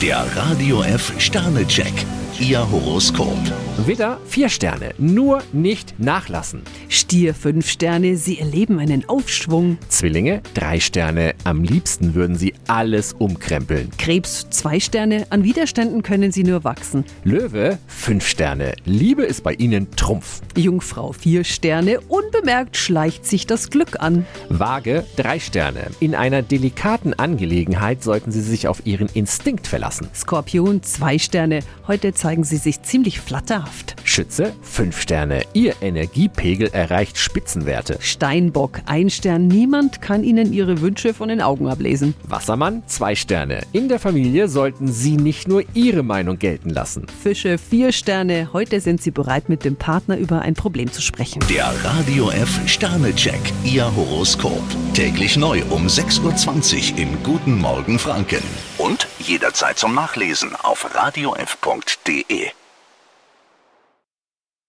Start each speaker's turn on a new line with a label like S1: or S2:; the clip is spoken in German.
S1: Der Radio F Sternecheck, Ihr Horoskop.
S2: Widder, vier Sterne, nur nicht nachlassen.
S3: Stier 5 Sterne, Sie erleben einen Aufschwung.
S2: Zwillinge, drei Sterne, am liebsten würden sie alles umkrempeln.
S3: Krebs 2 Sterne, an Widerständen können Sie nur wachsen.
S2: Löwe, fünf Sterne, Liebe ist bei ihnen Trumpf.
S3: Jungfrau 4 Sterne, unbemerkt schleicht sich das Glück an.
S2: Waage, drei Sterne, in einer delikaten Angelegenheit sollten sie sich auf ihren Instinkt verlassen.
S3: Skorpion 2 Sterne, heute zeigen Sie sich ziemlich flatterhaft.
S2: Schütze, fünf Sterne, ihr Energiepegel erreicht Spitzenwerte.
S3: Steinbock 1 Stern, niemand kann Ihnen Ihre Wünsche von den Augen ablesen.
S2: Wassermann, zwei Sterne, in der Familie sollten sie nicht nur ihre Meinung gelten lassen.
S3: Fische 4 Sterne, heute sind Sie bereit, mit dem Partner über ein Problem zu sprechen.
S1: Der Radio F Sternecheck, Ihr Horoskop. Täglich neu um 6.20 Uhr im Guten Morgen Franken. Und jederzeit zum Nachlesen auf radiof.de.